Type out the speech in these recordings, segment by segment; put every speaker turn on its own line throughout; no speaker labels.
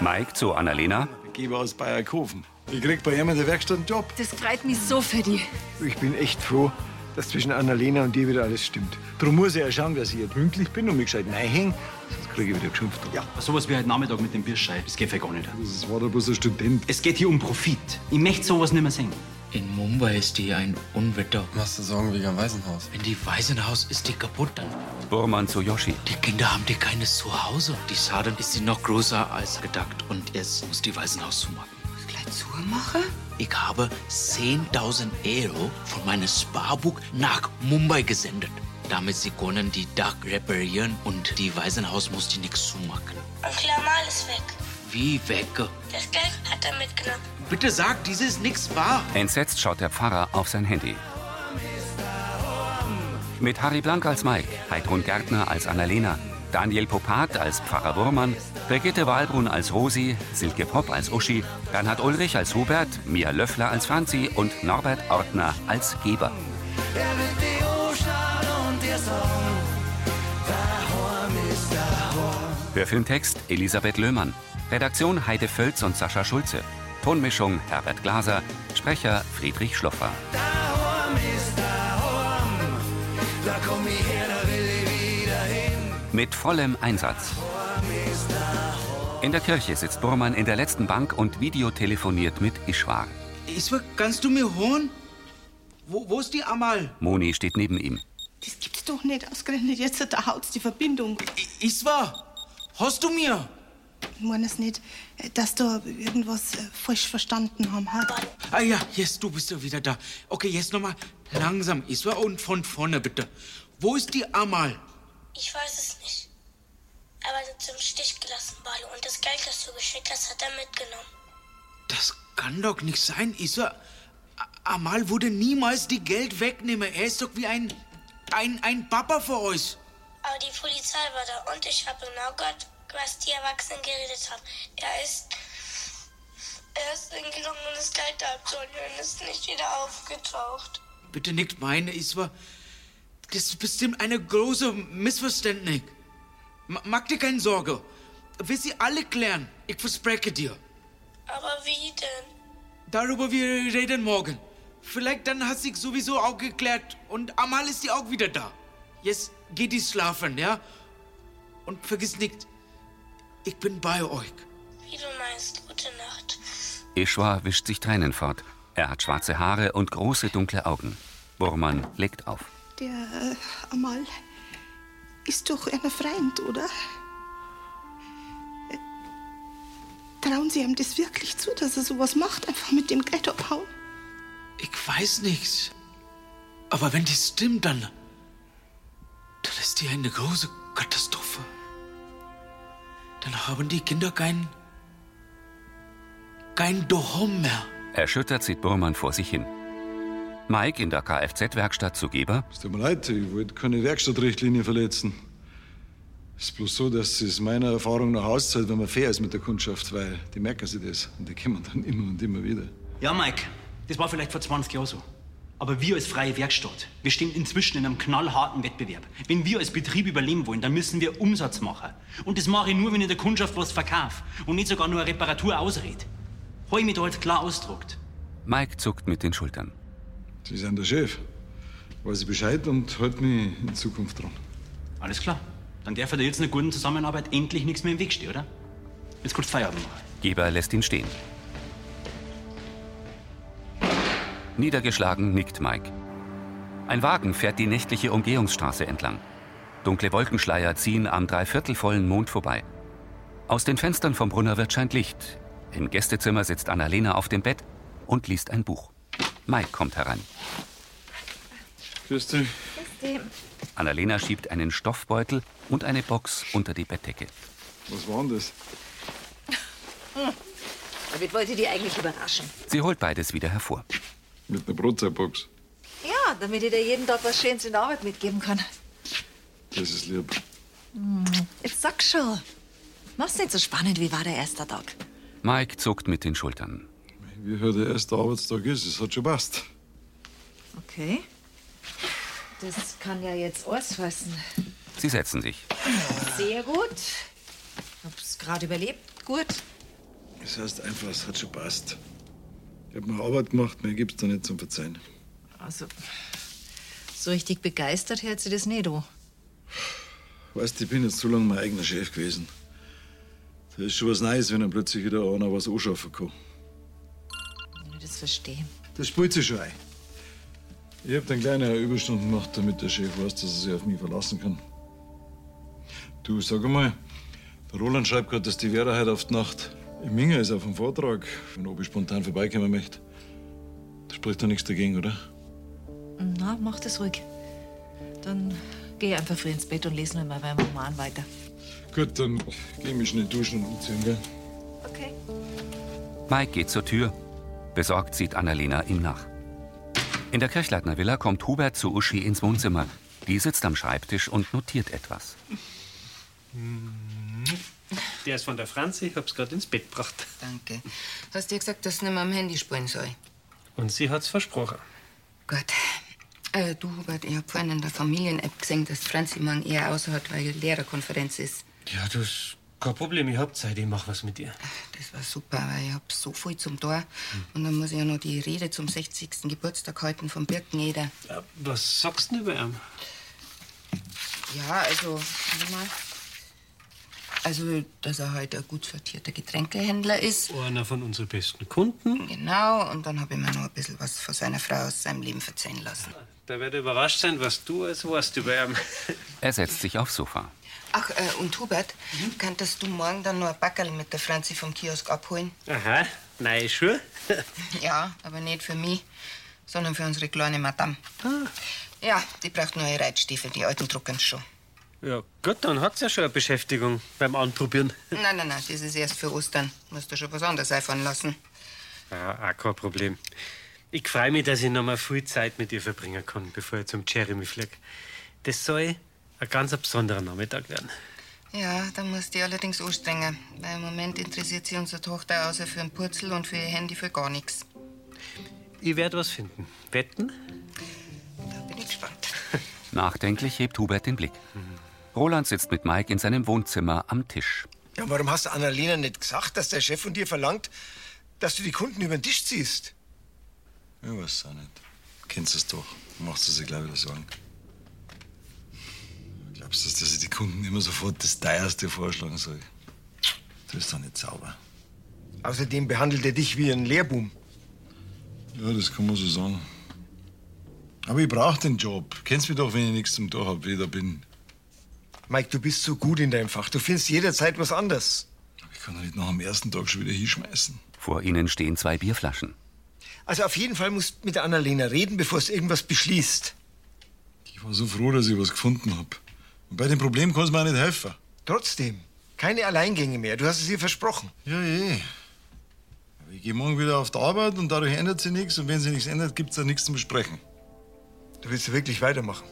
Mike zu Annalena.
Gebe aus Bayerkofen. Ich krieg bei jemandem in der Werkstatt einen Job.
Das freut mich so für die.
Ich bin echt froh, dass zwischen Annalena und dir wieder alles stimmt. Drum muss ich ja schauen, dass ich hier pünktlich bin und mich gescheit reinhänge. Sonst kriege ich wieder geschimpft.
Ja, sowas wie heute Nachmittag mit dem Bierscheid, das geht ja gar nicht.
Das war doch bloß ein Student.
Es geht hier um Profit. Ich möchte sowas nicht mehr sehen.
In Mumbai ist hier ein Unwetter.
Machst du Sorgen wegen dem Waisenhaus?
Wenn die Waisenhaus ist, die kaputt dann.
Burman zu Yoshi.
Die Kinder haben die keines Zuhause. Die Schaden ist sie noch größer als gedacht und es muss die Waisenhaus zumachen.
Gleich zumachen?
Ich habe 10.000 Euro von meinem Sparbuch nach Mumbai gesendet. Damit sie können die Dach reparieren und die Waisenhaus muss die nichts zumachen.
Onkel Amal ist weg.
Wie weg?
Das Geld hat er mitgenommen.
Bitte sag, dies ist nichts wahr.
Entsetzt schaut der Pfarrer auf sein Handy. Mit Harry Blank als Mike, Heidrun Gärtner als Annalena, Daniel Popat als Pfarrer Wurmann, Brigitte Wahlbrunn als Rosi, Silke Popp als Uschi, Bernhard Ulrich als Hubert, Mia Löffler als Franzi und Norbert Ortner als Geber. Hörfilmtext Elisabeth Löhmann, Redaktion Heide Völz und Sascha Schulze, Tonmischung Herbert Glaser, Sprecher Friedrich Schloffer. Mit vollem Einsatz. In der Kirche sitzt Burmann in der letzten Bank und videotelefoniert mit Ishwar.
Iswa, kannst du mir hören? Wo, wo ist die Amal?
Moni steht neben ihm.
Das gibt's doch nicht. Ausgerechnet jetzt da haut's die Verbindung.
I- Iswa, hörst du mir?
Ich meine es nicht, dass da irgendwas äh, falsch verstanden haben. Ha?
Ah ja, jetzt, du bist ja wieder da. Okay, jetzt nochmal langsam, Iswa, und von vorne bitte. Wo ist die Amal?
Ich weiß es nicht. Aber er hat uns im Stich gelassen, Balu. Und das Geld, das du geschickt hast, hat er mitgenommen.
Das kann doch nicht sein, Iswa. A- Amal würde niemals die Geld wegnehmen. Er ist doch wie ein, ein, ein Papa für euch.
Aber die Polizei war da und ich habe genau gehört, was die Erwachsenen geredet haben. Er ist. Er ist hingegangen und das Geld abzuholen und ist nicht wieder aufgetaucht.
Bitte nicht meine, Iswa. Das ist bestimmt eine große Missverständnis. Ma- Mach dir keine Sorge. Wir sie alle klären. Ich verspreche dir.
Aber wie denn?
Darüber wir reden morgen. Vielleicht dann hat sich sowieso auch geklärt und Amal ist sie auch wieder da. Jetzt geht die schlafen, ja? Und vergiss nicht, ich bin bei euch.
Wie du meinst, gute Nacht.
Ishwar wischt sich Tränen fort. Er hat schwarze Haare und große dunkle Augen. Burmann legt auf.
Der äh, Amal ist doch ein Freund, oder? Äh, Trauen Sie ihm das wirklich zu, dass er sowas macht? Einfach mit dem Geld abhauen?
Ich weiß nichts. Aber wenn das stimmt, dann. Dann ist die eine große Katastrophe. Dann haben die Kinder kein. kein Dohom mehr.
Erschüttert sieht Burmann vor sich hin. Mike in der Kfz-Werkstatt zu Geber.
Es tut mir leid, ich wollte keine Werkstattrichtlinie verletzen. Es ist bloß so, dass es meiner Erfahrung nach auszahlt, wenn man fair ist mit der Kundschaft, weil die merken sich das und die kommen dann immer und immer wieder.
Ja, Mike, das war vielleicht vor 20 Jahren so. Aber wir als freie Werkstatt, wir stehen inzwischen in einem knallharten Wettbewerb. Wenn wir als Betrieb überleben wollen, dann müssen wir Umsatz machen. Und das mache ich nur, wenn ich der Kundschaft was verkaufe und nicht sogar nur eine Reparatur ausrede. Habe ich mir da halt klar ausgedruckt.
Mike zuckt mit den Schultern.
Sie sind der Chef. Weiß ich Bescheid und halt mich in Zukunft dran.
Alles klar. Dann darf er dir jetzt in der guten Zusammenarbeit endlich nichts mehr im Weg stehen, oder? Jetzt kurz Feierabend machen.
Geber lässt ihn stehen. Niedergeschlagen nickt Mike. Ein Wagen fährt die nächtliche Umgehungsstraße entlang. Dunkle Wolkenschleier ziehen am dreiviertelvollen Mond vorbei. Aus den Fenstern vom Brunnerwirt scheint Licht. Im Gästezimmer sitzt Annalena auf dem Bett und liest ein Buch. Mike kommt herein.
Grüß dich.
Annalena schiebt einen Stoffbeutel und eine Box unter die Bettdecke.
Was war denn das?
Hm. Damit wollte ich dich eigentlich überraschen.
Sie holt beides wieder hervor.
Mit einer Brotzeitbox.
Ja, damit ich dir jeden Tag was Schönes in der Arbeit mitgeben kann.
Das ist lieb.
Hm. Jetzt sag schon. Mach's nicht so spannend, wie war der erste Tag?
Mike zuckt mit den Schultern.
Wie heute der erste Arbeitstag ist, es hat schon passt.
Okay. Das kann ja jetzt alles heißen.
Sie setzen sich.
Sehr gut. Hab's gerade überlebt. Gut.
Das heißt einfach, es hat schon passt. Ich hab mir Arbeit gemacht, mehr gibt's da nicht zum Verzeihen.
Also, so richtig begeistert hält sie das nicht, du.
Weißt, ich bin jetzt zu lange mein eigener Chef gewesen. Da ist schon was Neues, wenn dann plötzlich wieder einer was anschaffen kann.
Das verstehe.
Das spielt sich schon ein. Ich hab dann kleine Überstunden gemacht, damit der Chef weiß, dass er sich auf mich verlassen kann. Du, sag mal, der Roland schreibt gerade, dass die Vera heute auf die Nacht in Minga ist auf dem Vortrag, wenn Obi spontan vorbeikommen möchte. Da spricht doch nichts dagegen, oder?
Na, mach das ruhig. Dann geh einfach früh ins Bett und lese noch mal beim Roman weiter.
Gut, dann geh ich mich schnell duschen und umziehen, gell?
Okay.
Mike geht zur Tür. Besorgt sieht Annalena ihm nach. In der Kirchleitner Villa kommt Hubert zu Uschi ins Wohnzimmer. Die sitzt am Schreibtisch und notiert etwas.
Mhm. Der ist von der Franzi, ich hab's gerade ins Bett gebracht.
Danke. Hast dir gesagt, dass ich nicht mehr am Handy spielen soll?
Und sie hat's versprochen.
Gut. Äh, du, Hubert, ich hab vorhin in der Familien-App gesehen, dass Franzi morgen eher außer hat, weil Lehrerkonferenz ist.
Ja, du ist kein Problem, ich hab Zeit, ich mach was mit ihr.
Das war super, weil ich hab so viel zum Tor. Und dann muss ich ja noch die Rede zum 60. Geburtstag halten von Birkeneder.
Ja, Was sagst du denn über ihn?
Ja, also, warte mal. Also, dass er halt ein gut sortierter Getränkehändler ist.
Einer von unseren besten Kunden.
Genau, und dann habe ich mir noch ein bisschen was von seiner Frau aus seinem Leben verzeihen lassen.
Da wird er überrascht sein, was du als weißt über ihn.
Er setzt sich aufs Sofa.
Ach, äh, und Hubert, könntest du morgen dann noch ein Backerl mit der Franzi vom Kiosk abholen?
Aha, nein, Schuhe.
Ja, aber nicht für mich, sondern für unsere kleine Madame. Ah. Ja, die braucht neue Reitstiefel, die alten drucken schon.
Ja, gut, dann hat's ja schon eine Beschäftigung beim Anprobieren.
Nein, nein, nein, das ist erst für Ostern. Musst du schon was anderes einfahren lassen.
Ja, Ah, auch kein Problem. Ich freue mich, dass ich noch mal viel Zeit mit ihr verbringen kann, bevor ich zum Jeremy fliege. Das soll ein ganz besonderer Nachmittag werden.
Ja, da musst du dich allerdings anstrengen, weil im Moment interessiert sie unsere Tochter außer für einen Purzel und für ihr Handy für gar nichts.
Ich werde was finden. Wetten?
Bin ich gespannt.
Nachdenklich hebt Hubert den Blick. Roland sitzt mit Mike in seinem Wohnzimmer am Tisch.
Ja, warum hast du Annalena nicht gesagt, dass der Chef von dir verlangt, dass du die Kunden über den Tisch ziehst?
Ich weiß auch nicht. Kennst es doch. Machst du sie gleich wieder sagen. Glaubst du, dass ich die Kunden immer sofort das teuerste vorschlagen soll? Das ist doch nicht sauber.
Außerdem behandelt er dich wie ein Lehrbuben.
Ja, das kann man so sagen. Aber ich brauch den Job. Kennst mich doch, wenn ich nichts zum Tor hab, wie ich da bin.
Mike, du bist so gut in deinem Fach. Du findest jederzeit was anderes.
Ich kann doch nicht nach dem ersten Tag schon wieder hinschmeißen.
Vor ihnen stehen zwei Bierflaschen.
Also auf jeden Fall musst du mit der Annalena reden, bevor es irgendwas beschließt.
Ich war so froh, dass ich was gefunden hab. Und bei dem Problem kannst du mir auch nicht helfen.
Trotzdem, keine Alleingänge mehr. Du hast es ihr versprochen.
Ja, eh. Aber ich gehe morgen wieder auf die Arbeit und dadurch ändert sich nichts. Und wenn sich nichts ändert, gibt's da nichts zu besprechen.
Du willst wirklich weitermachen?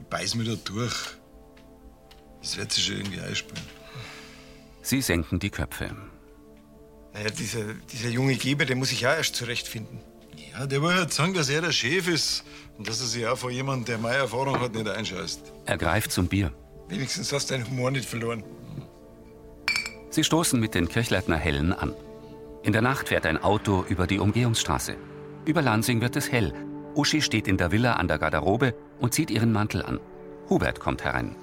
Ich beiß mich da durch. Das wird sich schon irgendwie einspielen.
Sie senken die Köpfe.
Naja, dieser, dieser junge Geber, der muss sich ja erst zurechtfinden.
Ja, der will halt sagen, dass er der Chef ist. Und dass er sich auch vor jemandem, der meine Erfahrung hat, nicht einscheißt.
Er greift zum Bier.
Wenigstens hast du deinen Humor nicht verloren.
Sie stoßen mit den Kirchleitner Hellen an. In der Nacht fährt ein Auto über die Umgehungsstraße. Über Lansing wird es hell. Uschi steht in der Villa an der Garderobe und zieht ihren Mantel an. Hubert kommt herein.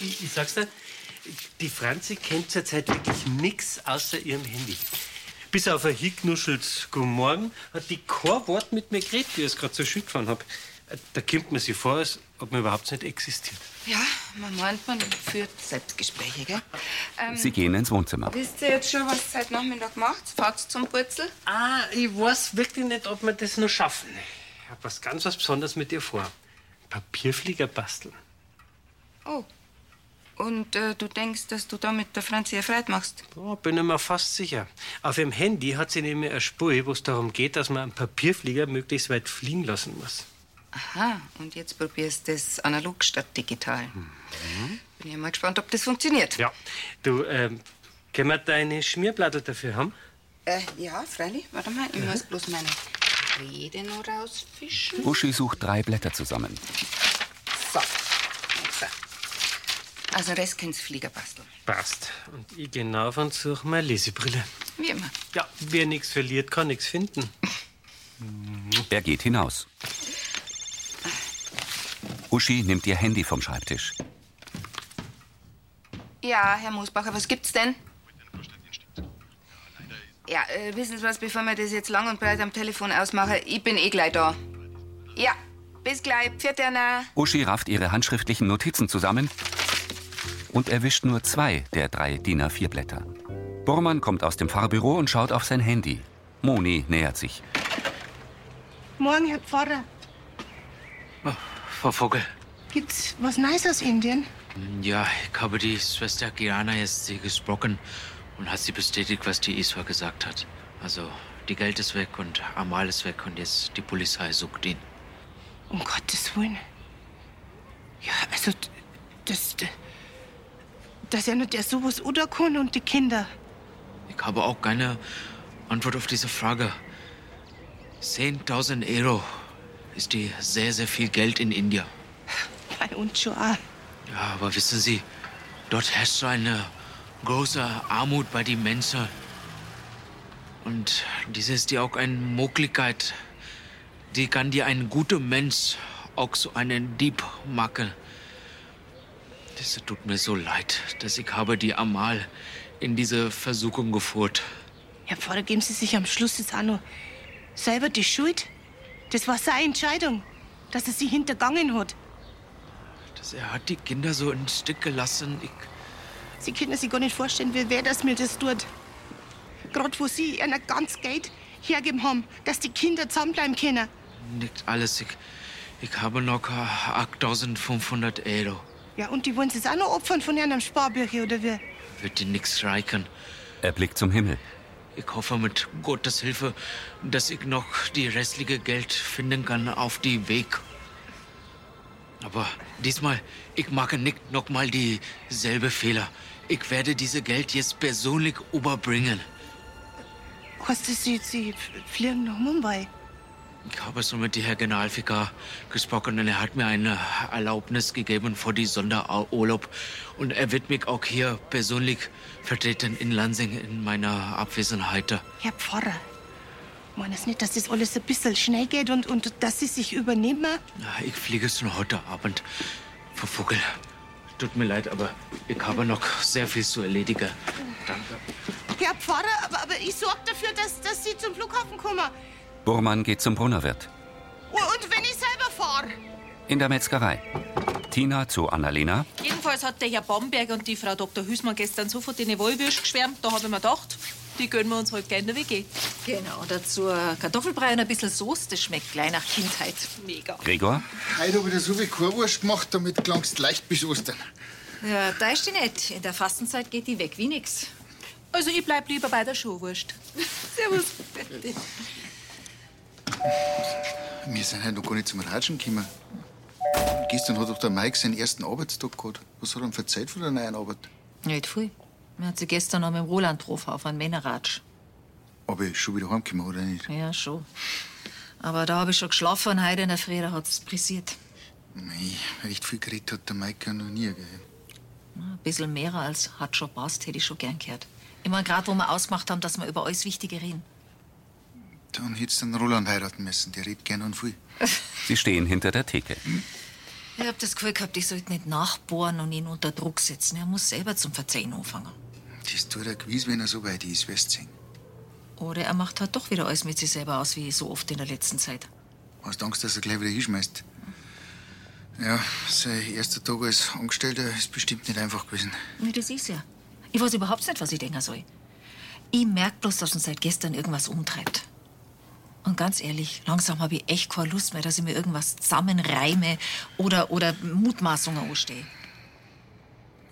Ich, ich sag's dir, die Franzi kennt zurzeit wirklich nix außer ihrem Handy. Bis auf ein hinknuschelt Guten Morgen hat die kein Wort mit mir geredet, wie ich es gerade zur Schule gefahren hab. Da kommt man sich vor, als ob man überhaupt nicht existiert.
Ja, man meint, man führt Selbstgespräche, gell? Ähm,
Sie gehen ins Wohnzimmer.
Wisst ihr jetzt schon, was ihr heute Nachmittag macht? Fahrt ihr zum Purzel?
Ah, ich weiß wirklich nicht, ob wir das noch schaffen. Ich hab was ganz was Besonderes mit dir vor. Papierflieger basteln.
Oh. Und äh, du denkst, dass du da mit der Franzi erfreut machst?
Ja, bin ich mir fast sicher. Auf ihrem Handy hat sie nämlich eine Spur, wo es darum geht, dass man einen Papierflieger möglichst weit fliegen lassen muss.
Aha, und jetzt probierst du das analog statt digital.
Mhm.
Bin ja mal gespannt, ob das funktioniert.
Hm. Ja. Du, ähm, können wir deine Schmierblattl dafür haben?
Äh, ja, freilich. Warte mal, ich muss bloß meine Rede noch rausfischen.
Uschi sucht drei Blätter zusammen.
So, jetzt. Also Rest kannst Flieger basteln.
Passt. Und ich genau und suche meine Lesebrille.
Wie immer.
Ja, wer nichts verliert, kann nichts finden.
Er geht hinaus. Uschi nimmt ihr Handy vom Schreibtisch.
Ja, Herr Moosbacher, was gibt's denn? Ja, äh, wissen Sie was, bevor wir das jetzt lang und breit am Telefon ausmachen, ich bin eh gleich da. Ja, bis gleich. Pfiat einer.
Uschi rafft ihre handschriftlichen Notizen zusammen und erwischt nur zwei der drei DIN A4-Blätter. Bormann kommt aus dem Fahrbüro und schaut auf sein Handy. Moni nähert sich.
Morgen, Herr Pfarrer.
Frau Vogel,
Gibt's was Neues aus Indien?
ja, ich habe die Schwester Kirana jetzt sie gesprochen und hat sie bestätigt, was die Iswa gesagt hat. Also, die Geld ist weg und Amal ist weg und jetzt die Polizei sucht ihn.
Um Gottes Willen. Ja, also, d- das. d- Dass er nur der sowas oder kann und die Kinder.
Ich habe auch keine Antwort auf diese Frage. 10.000 Euro ist die sehr, sehr viel Geld in Indien.
Bei uns schon auch.
Ja, aber wissen Sie, dort herrscht so eine große Armut bei den Menschen. Und diese ist ja auch eine Möglichkeit, die kann dir ein guter Mensch auch so einen Dieb machen. Das tut mir so leid, dass ich habe die Amal in diese Versuchung geführt.
Herr Pfarrer, geben Sie sich am Schluss jetzt auch noch selber die Schuld? Das war seine Entscheidung, dass er sie hintergangen hat.
Dass er hat die Kinder so in Stück gelassen. Ich,
Sie können sich gar nicht vorstellen, wie wer das mir das tut. Gerade wo Sie einer ganz Geld hergeben haben, dass die Kinder zusammenbleiben können.
nicht alles. Ich, ich habe noch äh, 8.500 Euro.
Ja, und die wollen Sie jetzt auch noch opfern von einem Sparbücher, oder wie?
Wird dir nichts reichen.
Er blickt zum Himmel.
Ich hoffe mit Gottes Hilfe, dass ich noch die restliche Geld finden kann auf die Weg. Aber diesmal, ich mache nicht nochmal dieselbe Fehler. Ich werde diese Geld jetzt persönlich überbringen.
Heißt das, Sie, Sie fliegen nach Mumbai?
Ich habe so mit dem Herrn Generalvikar gesprochen und er hat mir eine Erlaubnis gegeben für die Sonderurlaub. Und er wird mich auch hier persönlich vertreten in Lansing in meiner Abwesenheit.
Herr Pfarrer, meinen Sie nicht, dass das alles ein bisschen schnell geht und, und dass Sie sich übernehmen?
Na, Ich fliege schon heute Abend. Frau Vogel, tut mir leid, aber ich habe noch sehr viel zu erledigen. Danke.
Herr Pfarrer, aber, aber ich sorge dafür, dass, dass Sie zum Flughafen kommen.
Burmann geht zum Brunnerwirt.
Und, und wenn ich selber fahre?
In der Metzgerei. Tina zu Annalena.
Jedenfalls hat der Herr Bamberg und die Frau Dr. Hüsmann gestern so von den Wollwürsch geschwärmt, da habe ich mir gedacht, die gönnen wir uns heute gleich in der WG.
Genau, dazu ein Kartoffelbrei und ein bisschen Soße, das schmeckt gleich nach Kindheit.
Mega.
Gregor.
Heute habe ich dir so viel Kurwurst gemacht, damit klangst leicht bis Ostern.
Ja, da ist die nicht. In der Fastenzeit geht die weg wie nix.
Also ich bleib lieber bei der Schuhwurst. Servus.
Wir sind heute noch gar nicht zum Ratschen gekommen. Gestern hat doch der Mike seinen ersten Arbeitstag gehabt. Was hat er ihm verzeiht von der neuen Arbeit?
Nicht viel. Man hat sie gestern noch mit dem Roland getroffen auf einen Männerratsch.
Aber ich schon wieder heimgekommen, oder nicht?
Ja, schon. Aber da habe ich schon geschlafen und heute in der Früh, da hat es pressiert.
Nee, recht viel geredet hat der Mike ja noch nie, gell?
Ein bisschen mehr als hat schon passt, hätte ich schon gern gehört. Ich meine, gerade wo wir ausgemacht haben, dass wir über alles Wichtige reden.
Dann hättest du den Roland heiraten müssen. Der redet gern und viel.
Sie stehen hinter der Theke.
Ich habe das Gefühl gehabt, ich sollte nicht nachbohren und ihn unter Druck setzen. Er muss selber zum Verzeihen anfangen.
Das tut er gewiss, wenn er so weit ist, wirst du sehen.
Oder er macht halt doch wieder alles mit sich selber aus, wie so oft in der letzten Zeit.
Hast Angst, dass er gleich wieder hinschmeißt? Ja, sein erster Tag als Angestellter ist bestimmt nicht einfach gewesen.
Nee, das ist ja. Ich weiß überhaupt nicht, was ich denken soll. Ich merke bloß, dass uns seit gestern irgendwas umtreibt. Und ganz ehrlich, langsam habe ich echt keine Lust mehr, dass ich mir irgendwas zusammenreime oder, oder Mutmaßungen anstehe.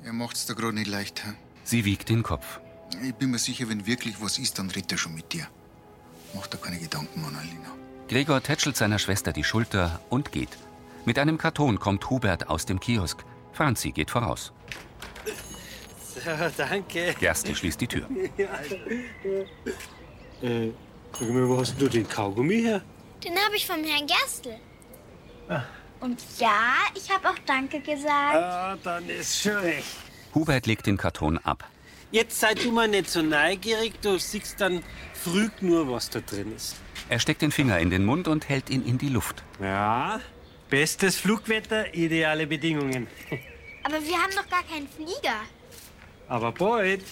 Er macht's da gerade nicht leicht. He?
Sie wiegt den Kopf.
Ich bin mir sicher, wenn wirklich was ist, dann redet er schon mit dir. Mach dir keine Gedanken, Annalena.
Gregor tätschelt seiner Schwester die Schulter und geht. Mit einem Karton kommt Hubert aus dem Kiosk. Franzi geht voraus.
So, danke.
Gerste schließt die Tür.
Ja. Äh, sag mal, wo hast denn du den Kaugummi her?
Den habe ich vom Herrn Gerstl. Und ja, ich habe auch Danke gesagt.
Ah, dann ist schon recht.
Hubert legt den Karton ab.
Jetzt sei du mal nicht so neugierig, du siehst dann früh nur, was da drin ist.
Er steckt den Finger in den Mund und hält ihn in die Luft.
Ja, bestes Flugwetter, ideale Bedingungen.
Aber wir haben noch gar keinen Flieger.
Aber bald.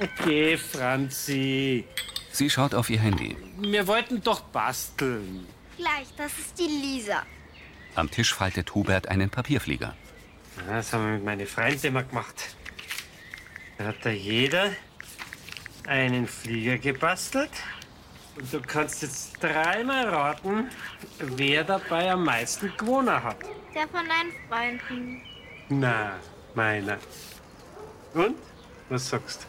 Okay, Franzi.
Sie schaut auf ihr Handy.
Wir wollten doch basteln.
Gleich, das ist die Lisa.
Am Tisch faltet Hubert einen Papierflieger.
Ja, Ah, Das haben wir mit meinen Freunden immer gemacht. Da hat da jeder einen Flieger gebastelt. Und du kannst jetzt dreimal raten, wer dabei am meisten gewonnen hat.
Der von deinen Freunden.
Na, meiner. Und? Was sagst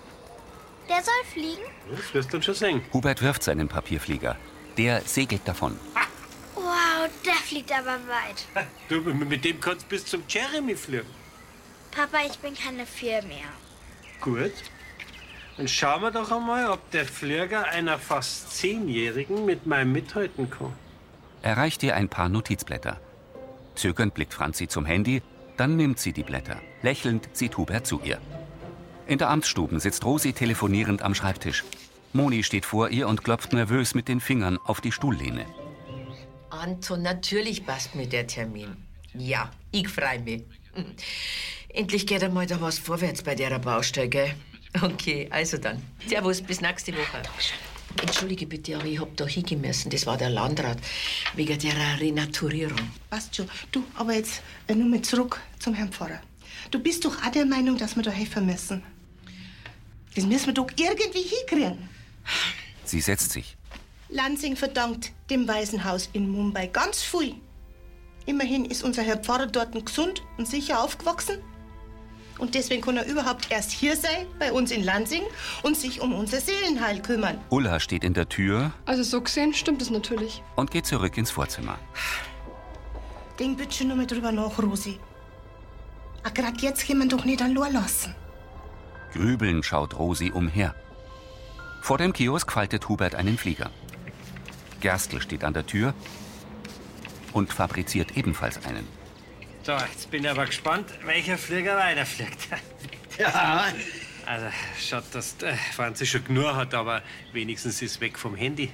Der soll fliegen?
du? Das wirst du schon sehen.
Hubert wirft seinen Papierflieger. Der segelt davon.
Wow, der fliegt aber weit.
Du, mit dem kannst du bis zum Jeremy fliegen.
Papa, ich bin keine Vier mehr.
Gut. Dann schauen wir doch einmal, ob der Flieger einer fast Zehnjährigen mit meinem mithalten kann.
Er reicht ihr ein paar Notizblätter. Zögernd blickt Franzi zum Handy, dann nimmt sie die Blätter. Lächelnd sieht Hubert zu ihr. In der Amtsstuben sitzt Rosi telefonierend am Schreibtisch. Moni steht vor ihr und klopft nervös mit den Fingern auf die Stuhllehne.
Anton, natürlich passt mir der Termin. Ja, ich freue mich. Mhm. Endlich geht einmal da was vorwärts bei der Baustelle. gell? Okay, also dann. Servus, bis nächste Woche. Entschuldige bitte, aber ich hab da hingemessen. Das war der Landrat wegen der Renaturierung.
Passt schon. Du, aber jetzt äh, nur mal zurück zum Herrn Pfarrer. Du bist doch auch der Meinung, dass wir da helfen müssen. Das müssen wir doch irgendwie hinkriegen.
Sie setzt sich.
Lansing verdankt dem Waisenhaus in Mumbai ganz viel. Immerhin ist unser Herr Pfarrer dort gesund und sicher aufgewachsen. Und deswegen kann er überhaupt erst hier sein, bei uns in Lansing, und sich um unser Seelenheil kümmern.
Ulla steht in der Tür
Also so gesehen stimmt es natürlich.
und geht zurück ins Vorzimmer.
Denk bitte schon noch mal drüber nach, Rosi. Ah, grad jetzt kann man doch nicht allein lassen.
Grübelnd schaut Rosi umher. Vor dem Kiosk faltet Hubert einen Flieger. Gerstl steht an der Tür und fabriziert ebenfalls einen.
So, jetzt bin ich aber gespannt, welcher Flieger weiterfliegt.
Ja.
Also, schaut, dass der Franzi schon genug hat, aber wenigstens ist weg vom Handy.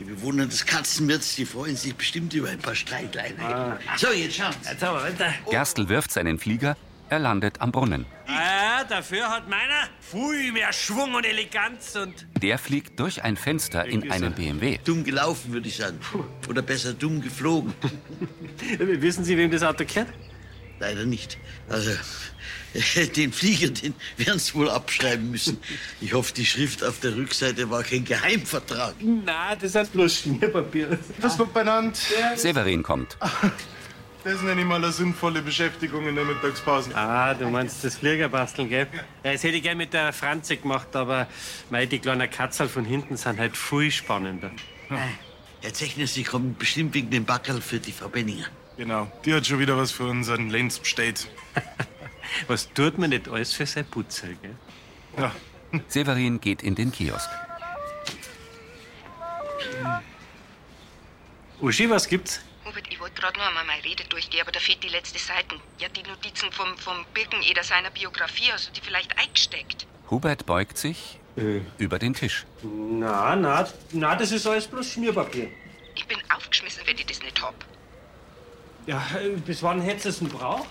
Die Bewohner des Katzenwirts, die freuen sich bestimmt über ein paar Streitleine. So, jetzt schauen Sie.
Ah. Jetzt haben wir weiter.
Gerstl wirft seinen Flieger, er landet am Brunnen.
Ah, dafür hat meiner viel mehr Schwung und Eleganz und
Der fliegt durch ein Fenster in einen BMW.
Dumm gelaufen, würde ich sagen. Oder besser dumm geflogen.
Wissen Sie, wem das Auto gehört?
Leider nicht. Also, den Flieger, den werden Sie wohl abschreiben müssen. Ich hoffe, die Schrift auf der Rückseite war kein Geheimvertrag.
Na, das sind bloß Schmierpapier.
Das wird benannt.
Severin kommt.
Ah,
Das nenne ich mal eine sinnvolle Beschäftigung in der Mittagspause.
Ah, du meinst das Fliegerbasteln, gell? Ja, das hätte ich gern mit der Franzi gemacht, aber mei, die kleinen Katzel von hinten sind halt viel spannender.
Herr Zechner, Sie kommen bestimmt wegen dem Backerl für die Frau Benninger.
Genau, die hat schon wieder was für unseren Lenz bestellt.
was tut man nicht alles für sein Putzel, gell?
Ja. Severin geht in den Kiosk.
Uschi, was gibt's?
Hubert, ich wollte gerade noch einmal meine Rede durchgehen, aber da fehlt die letzte Seiten. Ja, die Notizen vom, vom Birkeneder seiner Biografie, also die vielleicht eingesteckt.
Hubert beugt sich über den Tisch.
Äh. Na, na, na, das ist alles bloß Schmierpapier.
Ich bin aufgeschmissen, wenn ich das nicht hab.
Ja, äh, bis wann hättest du es denn braucht?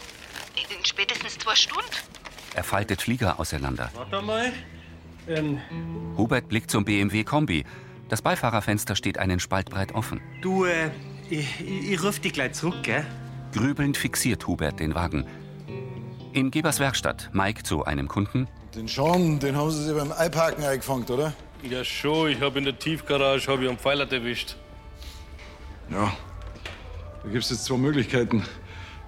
In, in spätestens zwei Stunden.
Er faltet Flieger auseinander.
Warte mal. Ähm,
Hubert blickt zum BMW Kombi. Das Beifahrerfenster steht einen Spalt breit offen.
du, äh, ich, ich, ich ruf dich gleich zurück, gell?
Grübelnd fixiert Hubert den Wagen. In Gebers Werkstatt, Mike zu einem Kunden.
Den Schaum, den haben Sie sich beim Eiparken eingefangen, oder?
Ja
Oh,
schon, ich habe in der Tiefgarage hab ich einen Pfeiler erwischt.
Ja. Da gibt es jetzt zwei Möglichkeiten.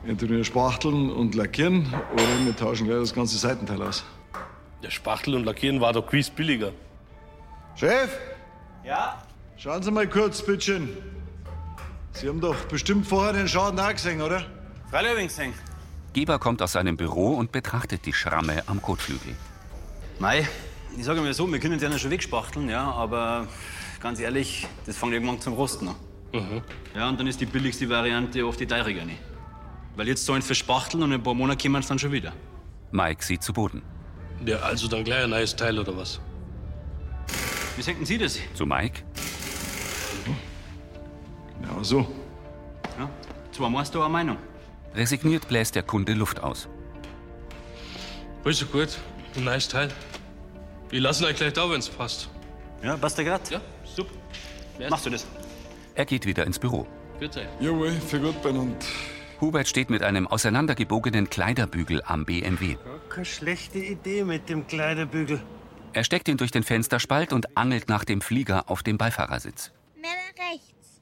Entweder spachteln und lackieren oder wir tauschen gleich das ganze Seitenteil aus.
Der Spachtel und Lackieren war doch gewiss billiger.
Chef,
Ja?
schauen Sie mal kurz, bitteschön. Sie haben doch bestimmt vorher den Schaden auch gesehen, oder?
Freilich hab ich gesehen.
Geber kommt aus seinem Büro und betrachtet die Schramme am Kotflügel.
Mei, ich sage mal so, wir können es ja nicht schon wegspachteln, ja, aber ganz ehrlich, das fängt irgendwann zum Rosten an.
Mhm.
Ja, und dann ist die billigste Variante oft die teurere. ne? Weil jetzt sollen sie verspachteln und in ein paar Monaten kommen sie dann schon wieder.
Mike sieht zu Boden.
Ja, also dann gleich ein neues Teil oder was?
Wie denken Sie das?
Zu Mike?
Mhm.
Genau so.
Ja, zwar machst du eine Meinung.
Resigniert bläst der Kunde Luft aus.
Also gut, ein neues Teil. Ich lasse ihn euch gleich da, wenn's passt.
Ja, passt der grad?
Ja, super.
Machst du das?
Er geht wieder ins Büro.
Bitte.
Jawohl, für gut benannt.
Hubert steht mit einem auseinandergebogenen Kleiderbügel am BMW.
Keine schlechte Idee mit dem Kleiderbügel.
Er steckt ihn durch den Fensterspalt und angelt nach dem Flieger auf dem Beifahrersitz.
Mehr rechts.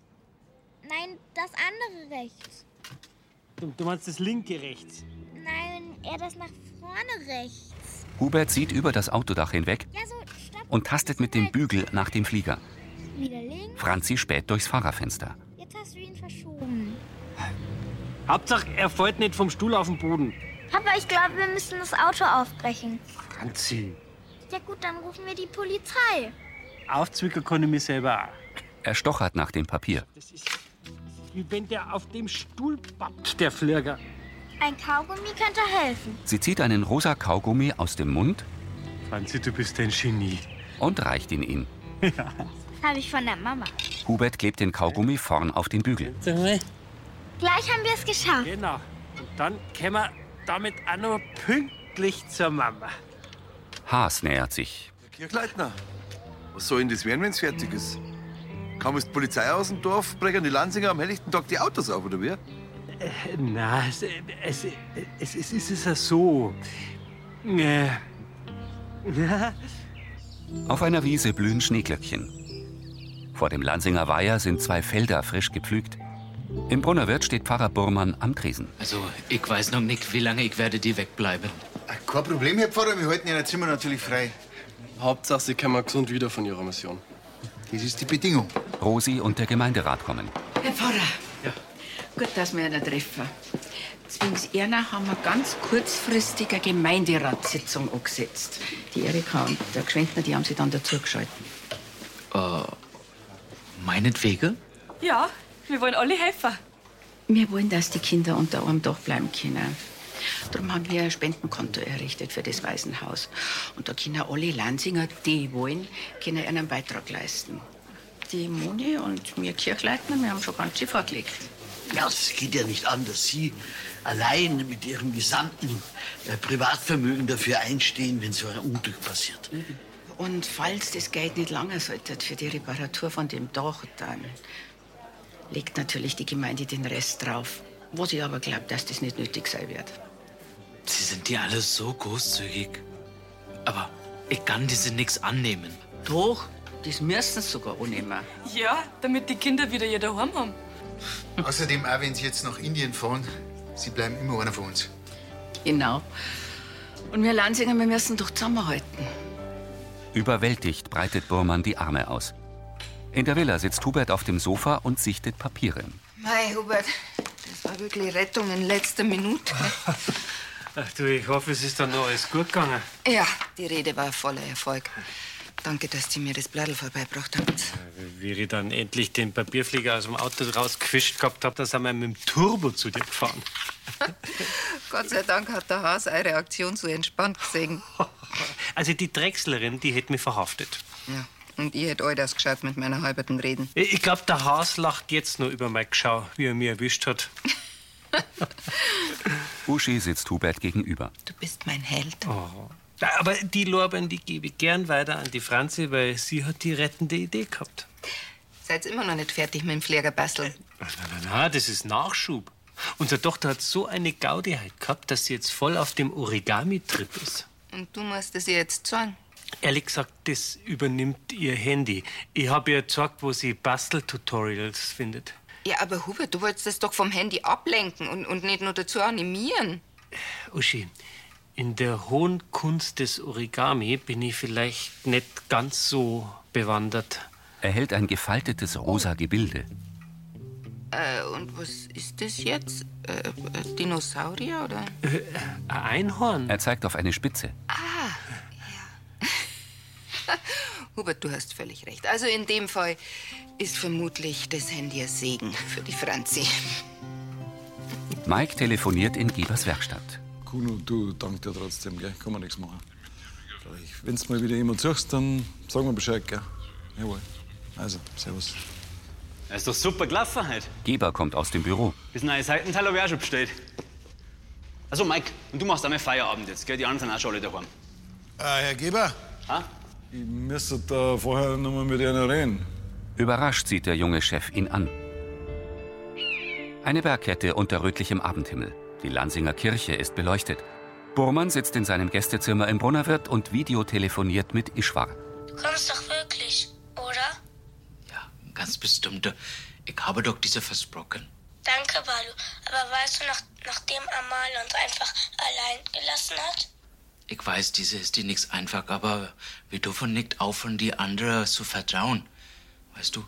Nein, das andere rechts.
Du, du meinst das linke rechts.
Nein, eher das nach vorne rechts.
Hubert sieht über das Autodach hinweg
Ja, so, stopp.
und tastet mit dem Bügel nach dem Flieger.
Wieder links.
Franzi späht durchs Fahrerfenster.
Jetzt hast du ihn verschoben.
Hauptsache, er fällt nicht vom Stuhl auf den Boden.
Papa, ich glaube, wir müssen das Auto aufbrechen.
Franzi.
Ja gut, dann rufen wir die Polizei.
Aufzwicker kann ich mich selber auch.
Er stochert nach dem Papier.
Wie wenn der auf dem Stuhl pappt, der Flirger.
Ein Kaugummi könnte helfen.
Sie zieht einen rosa Kaugummi aus dem Mund
Franzi, du bist ein Genie.
und reicht ihn ihm.
Das habe ich von der Mama.
Hubert klebt den Kaugummi vorn auf den Bügel.
Gleich haben wir es geschafft.
Genau. Und dann kämen wir damit auch noch pünktlich zur Mama.
Haas nähert sich.
Kirchleitner, was soll denn das werden, wenn's fertig ist? Kaum ist die Polizei aus dem Dorf, brechen die Lanzinger am helllichten Tag die Autos auf, oder wie?
Äh, Na, es, äh, es, es, es ist es ja so. Äh, na,
Auf einer Wiese blühen Schneeglöckchen. Vor dem Lansinger Weiher sind zwei Felder frisch gepflügt. Im Brunnerwirt steht Pfarrer Burmann am Tresen.
Also, ich weiß noch nicht, wie lange ich werde die wegbleiben.
Kein Problem, Herr Pfarrer, wir halten Ihr Zimmer natürlich frei.
Hauptsache, Sie kommen gesund wieder von Ihrer Mission.
Das ist die Bedingung.
Rosi und der Gemeinderat kommen.
Herr Pfarrer. Gut, dass wir ihn treffen. Zwings Erna haben wir ganz kurzfristig eine Gemeinderatssitzung angesetzt. Die Erika und der Geschwendner, die haben sich dann dazu geschalten.
Äh, meinetwegen?
Ja, wir wollen alle helfen.
Wir wollen, dass die Kinder unter einem Dach bleiben können. Darum haben wir ein Spendenkonto errichtet für das Waisenhaus. Und da können alle Lansinger, die wollen, können einen Beitrag leisten. Die Moni und mir Kirchleitner, wir haben schon ganz viel vorgelegt.
Ja, das geht ja nicht an, dass Sie allein mit Ihrem gesamten äh, Privatvermögen dafür einstehen, wenn so ein Unglück passiert.
Und falls das Geld nicht lange sollte für die Reparatur von dem Dach, dann legt natürlich die Gemeinde den Rest drauf. Was ich aber glaube, dass das nicht nötig sein wird.
Sie sind ja alle so großzügig. Aber ich kann diese nix annehmen.
Doch, das müssen sie sogar annehmen.
Ja, damit die Kinder wieder ihr daheim haben.
Außerdem, auch wenn Sie jetzt nach Indien fahren, Sie bleiben immer einer von uns.
Genau. Und wir Lansinger, wir müssen doch zusammenhalten.
Überwältigt breitet Burmann die Arme aus. In der Villa sitzt Hubert auf dem Sofa und sichtet Papiere.
Mei, Hubert, das war wirklich Rettung in letzter Minute.
Ach du, ich hoffe, es ist dann noch alles gut gegangen.
Ja, die Rede war voller Erfolg. Danke, dass Sie mir das Bladel vorbeibracht haben.
Wie ich dann endlich den Papierflieger aus dem Auto rausgefischt gehabt habe, da sind wir mit dem Turbo zu dir gefahren.
Gott sei Dank hat der Haas eure Aktion so entspannt gesehen.
Also die Drechslerin, die hätte mich verhaftet.
Ja, und ihr hättet euch das gescheit mit meiner halberten Reden.
Äh, Ich ich glaub, der Haas lacht jetzt nur über mein Geschau, wie er mich erwischt hat.
Uschi sitzt Hubert gegenüber.
Du bist mein Held.
Oh. Aber die Lorbeeren, die gebe ich gern weiter an die Franzi, weil sie hat die rettende Idee gehabt.
Seid immer noch nicht fertig mit dem Pflegerbasteln.
Na, na, das ist Nachschub. Unsere Tochter hat so eine Gaudiheit gehabt, dass sie jetzt voll auf dem Origami-Trip ist.
Und du musst es ihr jetzt zeigen.
Ehrlich gesagt, das übernimmt ihr Handy. Ich habe ihr gezeigt, wo sie Basteltutorials findet.
Ja, aber Hubert, du wolltest das doch vom Handy ablenken und, und nicht nur dazu animieren.
Uschi, in der hohen Kunst des Origami bin ich vielleicht nicht ganz so bewandert.
Er hält ein gefaltetes rosa Gebilde.
Äh, und was ist das jetzt? Äh, äh, Dinosaurier oder?
Einhorn?
Er zeigt auf eine Spitze.
Ah, ja. Hubert, du hast völlig recht. Also in dem Fall ist vermutlich das Handy ein Segen für die Franzi.
Mike telefoniert in Gebers Werkstatt.
Kuno, du, dank dir trotzdem, gell? Kann man nichts machen. Wenn du mal wieder jemand suchst, dann sag mir Bescheid, gell? Jawohl. Also, servus.
Das ist doch super gelaufen halt. heute.
Geber kommt aus dem Büro.
Das neue Seitenteil habe ich auch schon bestellt. Also Mike, und du machst einmal Feierabend jetzt, gell? Die anderen sind auch schon alle daheim.
Äh,
Ah, Herr Geber?
Ich müsste da vorher nochmal mit einer reden.
Überrascht sieht der junge Chef ihn an. Eine Bergkette unter rötlichem Abendhimmel. Die Lansinger Kirche ist beleuchtet. Burmann sitzt in seinem Gästezimmer im Brunnerwirt und videotelefoniert mit Ishwar.
Du kommst doch wirklich, oder?
Ganz bestimmt. Ich habe doch diese versprochen.
Danke, Balu. Aber weißt du, nach, nachdem Amal uns einfach allein gelassen hat?
Ich weiß, diese ist die nichts einfach, aber wir dürfen nicht aufhören, die andere zu vertrauen. Weißt du,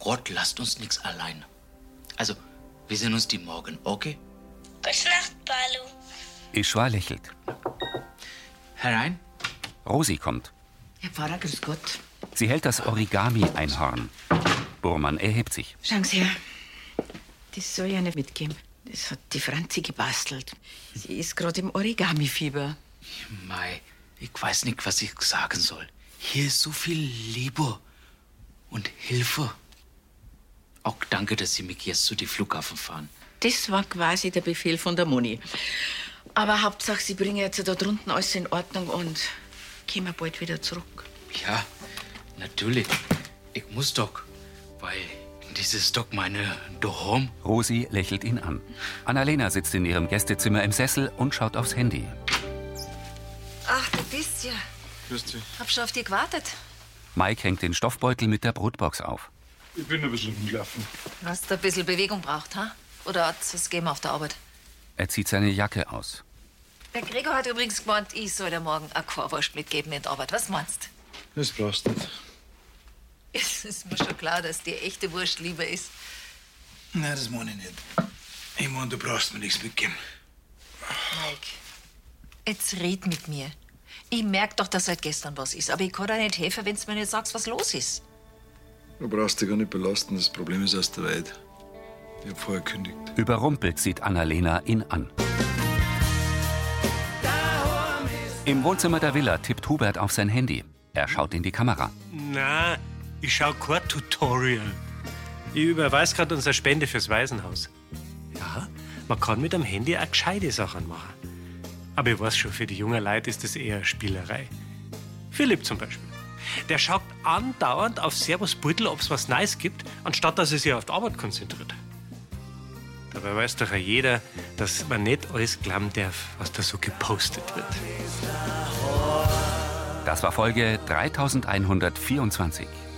Gott lasst uns nichts allein. Also, wir sehen uns die morgen, okay?
Gute Nacht, Balu.
Ishwar lächelt.
Herein.
Rosi kommt.
Herr Pfarrer, grüß Gott.
Sie hält das Origami-Einhorn. Burmann erhebt sich.
Schauen Sie her. Das soll ja nicht mitgeben. Das hat die Franzi gebastelt. Sie ist gerade im Origami-Fieber.
Mai, ich weiß nicht, was ich sagen soll. Hier ist so viel Liebe und Hilfe. Auch danke, dass Sie mich jetzt zu dem Flughafen fahren.
Das war quasi der Befehl von der Moni. Aber Hauptsache, Sie bringen jetzt da drunten alles in Ordnung und kommen bald wieder zurück.
Ja, natürlich. Ich muss doch, weil dies ist doch meine Dohom.
Rosi lächelt ihn an. Annalena sitzt in ihrem Gästezimmer im Sessel und schaut aufs Handy.
Ach, du bist ja.
Grüß dich.
Hab schon auf dich gewartet.
Mike hängt den Stoffbeutel mit der Brotbox auf.
Ich bin ein bisschen gelaufen.
Hast du ein bisschen Bewegung braucht, ha? Oder hat's was gegeben auf der Arbeit?
Er zieht seine Jacke aus.
Der Gregor hat übrigens gemeint, ich soll dir morgen ein Chorwurst mitgeben in die Arbeit. Was meinst du?
Das brauchst du nicht.
Es ist mir schon klar, dass dir echte Wurst lieber ist.
Nein, das meine ich nicht. Ich meine, du brauchst mir nichts mitgeben.
Mike, jetzt red mit mir. Ich merk doch, dass seit gestern was ist. Aber ich kann dir nicht helfen, wenn du mir nicht sagst, was los ist.
Du brauchst dich gar nicht belasten, das Problem ist aus der Welt. Ich hab vorher gekündigt.
Überrumpelt sieht Annalena ihn an. Im Wohnzimmer der Villa tippt Hubert auf sein Handy. Er schaut in die Kamera.
Na, ich schau kein Tutorial. Ich überweise gerade unsere Spende fürs Waisenhaus. Ja, man kann mit dem Handy auch gescheite Sachen machen. Aber ich weiß schon, für die jungen Leute ist das eher Spielerei. Philipp zum Beispiel. Der schaut andauernd auf Servus Beutel, ob es was Neues gibt, anstatt dass er sich auf die Arbeit konzentriert. Dabei weiß doch auch jeder, dass man nicht alles glauben darf, was da so gepostet wird.
Das war Folge 3124.